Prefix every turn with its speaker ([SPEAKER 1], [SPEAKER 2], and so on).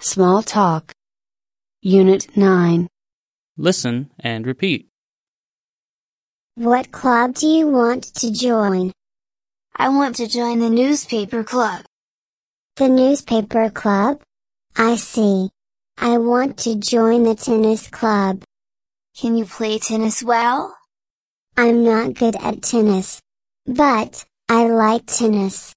[SPEAKER 1] Small Talk. Unit 9.
[SPEAKER 2] Listen and repeat.
[SPEAKER 3] What club do you want to join?
[SPEAKER 4] I want to join the newspaper club.
[SPEAKER 3] The newspaper club? I see. I want to join the tennis club.
[SPEAKER 4] Can you play tennis well?
[SPEAKER 3] I'm not good at tennis. But, I like tennis.